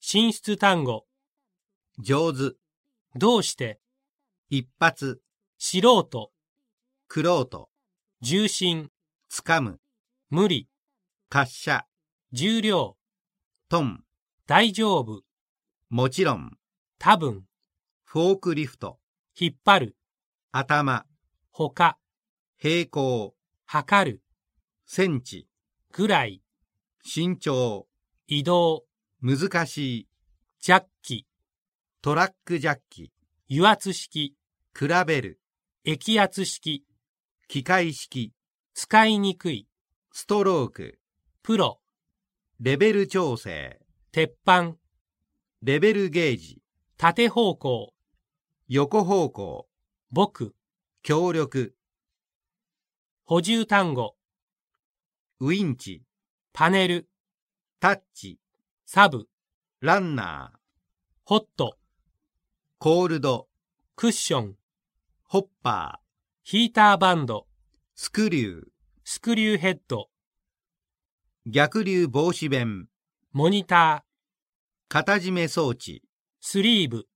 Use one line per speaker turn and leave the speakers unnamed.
進出単語、
上手、
どうして、
一発、
素人、
くろうと、
重心、
つかむ、
無理、
滑車、
重量、
トン、
大丈夫、
もちろん、
多分、
フォークリフト、
引っ張る、
頭、
他、
平行、
測る、
センチ、
ぐらい、
身長、
移動、
難しい、
ジャッキ、
トラックジャッキ、
油圧式、
比べる、
液圧式、
機械式、
使いにくい、
ストローク、
プロ、
レベル調整、
鉄板、
レベルゲージ、
縦方向、
横方向、
僕、
協力、
補充単語、
ウインチ、
パネル、
タッチ、
サブ、
ランナー、
ホット、
コールド、
クッション、
ホッパー、
ヒーターバンド、
スクリュー、
スクリューヘッド、
逆流防止弁、
モニター、
型締め装置。
スリーブ、